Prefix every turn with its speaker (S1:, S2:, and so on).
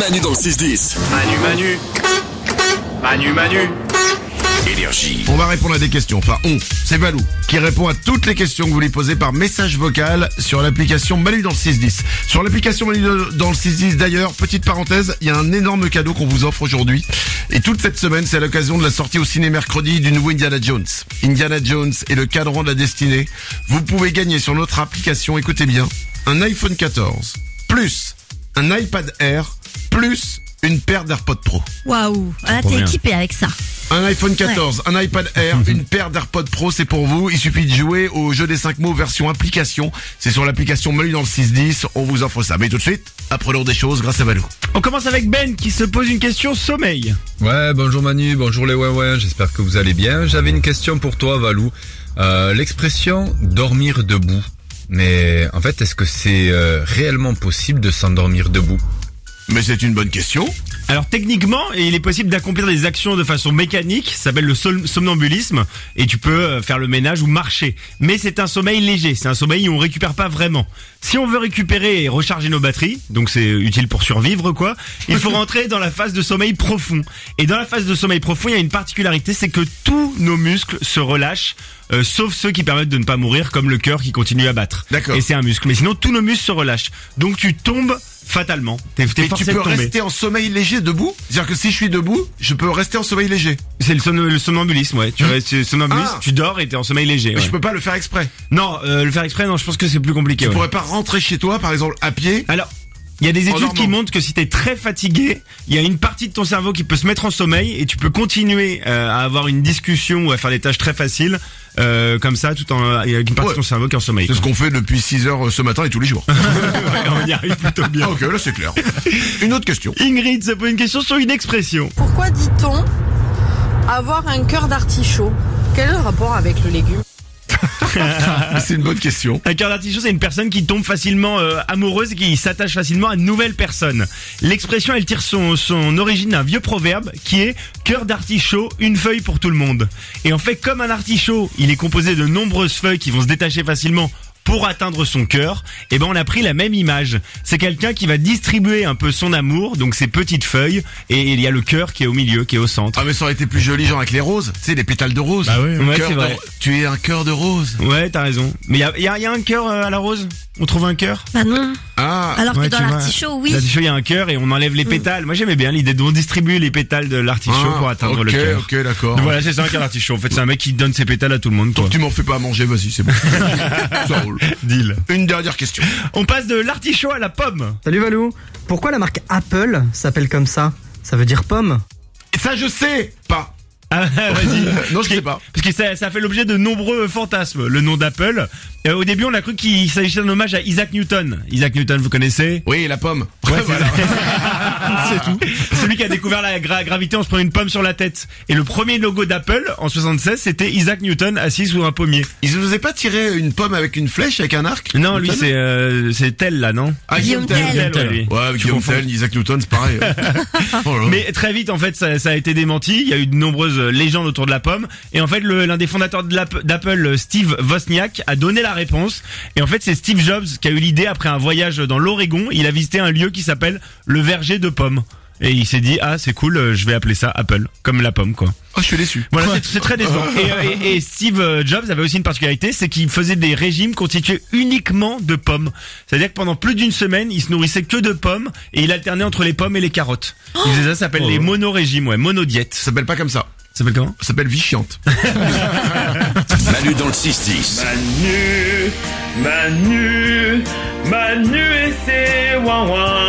S1: Manu dans le 6-10.
S2: Manu Manu Manu Manu
S1: Énergie.
S3: On va répondre à des questions. Enfin, on. C'est Valou qui répond à toutes les questions que vous lui posez par message vocal sur l'application Manu dans le 610. Sur l'application Manu dans le 610, d'ailleurs, petite parenthèse, il y a un énorme cadeau qu'on vous offre aujourd'hui. Et toute cette semaine, c'est à l'occasion de la sortie au ciné mercredi du nouveau Indiana Jones. Indiana Jones est le cadran de la destinée. Vous pouvez gagner sur notre application, écoutez bien, un iPhone 14, plus un iPad Air, plus une paire d'AirPods Pro.
S4: Waouh, ah, t'es équipé avec ça.
S3: Un iPhone 14, un iPad Air, une paire d'AirPods Pro, c'est pour vous. Il suffit de jouer au jeu des 5 mots version application. C'est sur l'application Menu dans le 610. On vous offre ça. Mais tout de suite, apprenons des choses grâce à Valou.
S5: On commence avec Ben qui se pose une question sommeil.
S6: Ouais, bonjour Manu, bonjour les ouais ouais, j'espère que vous allez bien. J'avais une question pour toi Valou. Euh, L'expression dormir debout, mais en fait est-ce que c'est euh, réellement possible de s'endormir debout
S3: Mais c'est une bonne question.
S5: Alors techniquement, il est possible d'accomplir des actions de façon mécanique, ça s'appelle le som- somnambulisme, et tu peux euh, faire le ménage ou marcher. Mais c'est un sommeil léger, c'est un sommeil où on récupère pas vraiment. Si on veut récupérer et recharger nos batteries, donc c'est utile pour survivre quoi, il faut rentrer dans la phase de sommeil profond. Et dans la phase de sommeil profond, il y a une particularité, c'est que tous nos muscles se relâchent, euh, sauf ceux qui permettent de ne pas mourir, comme le cœur qui continue à battre.
S3: D'accord.
S5: Et c'est un muscle. Mais sinon, tous nos muscles se relâchent. Donc tu tombes fatalement. T'es,
S3: Mais
S5: t'es
S3: tu
S5: forcé de
S3: peux
S5: tomber.
S3: rester en sommeil léger debout C'est-à-dire que si je suis debout, je peux rester en sommeil léger.
S5: C'est le, somn- le somnambulisme, ouais. Tu restes somnambuliste,
S3: Ah.
S5: tu dors et t'es en sommeil léger.
S3: Mais
S5: ouais.
S3: je peux pas le faire exprès.
S5: Non, euh, le faire exprès, non, je pense que c'est plus compliqué.
S3: Tu
S5: ouais. Ah.
S3: pourrais pas rentrer chez toi, par exemple, à pied.
S5: Alors, il y a des
S3: En
S5: études qui
S3: dormant.
S5: montrent que si t'es très fatigué, il y a une partie de ton cerveau qui peut se mettre en sommeil et tu peux continuer euh, à avoir une discussion ou à faire des tâches très faciles euh, comme ça, tout en avec une partie
S3: Ouais.
S5: de ton cerveau qui est en sommeil.
S3: C'est ce qu'on fait depuis 6 heures euh, ce matin et tous les jours.
S5: Ouais, on y arrive plutôt bien.
S3: Ah, ok, là c'est clair. Une autre question.
S5: Ingrid se pose une question sur une expression.
S7: Pourquoi dit-on avoir un cœur d'artichaut Quel est le rapport avec le légume
S3: C'est une bonne question.
S5: Un Euh, cœur d'artichaut, c'est une personne qui tombe facilement euh, amoureuse et qui s'attache facilement à une nouvelle personne. L'expression, elle tire son, son origine d'un vieux proverbe qui est cœur d'artichaut, une feuille pour tout le monde. Et en fait, comme un artichaut, il est composé de nombreuses feuilles qui vont se détacher facilement pour atteindre son cœur, eh ben on a pris la même image. C'est quelqu'un qui va distribuer un peu son amour, donc ses petites feuilles, et il y a le cœur qui est au milieu, qui est au centre.
S3: Ah mais ça aurait été plus joli genre avec les roses, tu sais les pétales de rose.
S5: Bah oui, oui. Ouais,
S3: Cœur
S5: c'est
S3: de-
S5: vrai.
S3: Tu es un cœur de rose.
S5: Ouais, t'as raison. Mais il y a, y a- y a un cœur euh, à la rose On trouve un cœur
S4: Bah non.
S3: Ah
S4: Alors
S5: ouais,
S4: que dans
S5: tu vois,
S4: l'artichaut, oui. Mm.
S5: L'artichaut, il y a un cœur et on enlève les pétales. Moi, j'aimais bien l'idée de on distribue les pétales de l'artichaut
S3: ah,
S5: pour atteindre
S3: ok,
S5: le cœur.
S3: Ok, d'accord.
S5: Donc Voilà, c'est ça un cœur d'artichaut. En fait, c'est un mec qui donne ses pétales à tout le monde,
S3: Tant
S5: quoi.
S3: que tu m'en fais pas à manger, vas-y, c'est bon. ça roule.
S5: Deal.
S3: Une dernière question.
S5: On passe de l'artichaut à la pomme.
S8: Salut Valou, pourquoi la marque Apple s'appelle comme ça Ça veut dire pomme
S3: Et ça je sais pas.
S5: Ah, vas-y.
S3: Non, je
S5: Parce
S3: sais
S5: que-
S3: pas.
S5: Parce que ça, ça fait l'objet de nombreux fantasmes, le nom d'Apple. Euh, au début, on a cru qu'il s'agissait d'un hommage à Isaac Newton. Isaac Newton, vous connaissez
S3: Oui, la pomme. Voilà.
S5: c'est tout. Celui qui a découvert la gra- gravité en se prenant une pomme sur la tête. Et le premier logo d'Apple, en 76, c'était Isaac Newton assis sous un pommier.
S3: Ils nous avaient pas tiré une pomme avec une flèche, avec un arc
S5: Non, lui, c'est euh, c'est Tel là, non
S3: Ah,
S4: Guillaume Tell.
S3: Tell.
S5: Guillaume Tell, lui.
S3: Ouais, avec
S5: Tu
S3: Guillaume
S5: confonds.
S3: Tell, Isaac Newton, c'est pareil. Oh là là.
S5: Mais très vite, en fait, ça, ça a été démenti. Il y a eu de nombreuses euh, légendes autour de la pomme. Et en fait, le- l'un des fondateurs de l'App- d'Apple, euh, Steve Wozniak, a donné la réponse. Et en fait, c'est Steve Jobs qui a eu l'idée après un voyage dans l'Oregon. Il a visité un lieu qui s'appelle le verger de pommes. Et il s'est dit, ah, c'est cool, euh, je vais appeler ça Apple, comme la pomme, quoi.
S3: Oh, je suis déçu.
S5: Voilà, c'est- c'est très décevant. Et, euh, et- et Steve euh, Jobs avait aussi une particularité, c'est qu'il faisait des régimes constitués uniquement de pommes. C'est-à-dire que pendant plus d'une semaine, il se nourrissait que de pommes et il alternait entre les pommes et les carottes. Il faisait ça, ça s'appelle les monorégimes, ouais, monodiètes.
S3: Oh. Ça s'appelle pas comme ça.
S5: Ça s'appelle comment
S3: Ça s'appelle vie chiante.
S1: Manu dans le 6-10.
S2: Manu Manu Manu et ses ouin ouin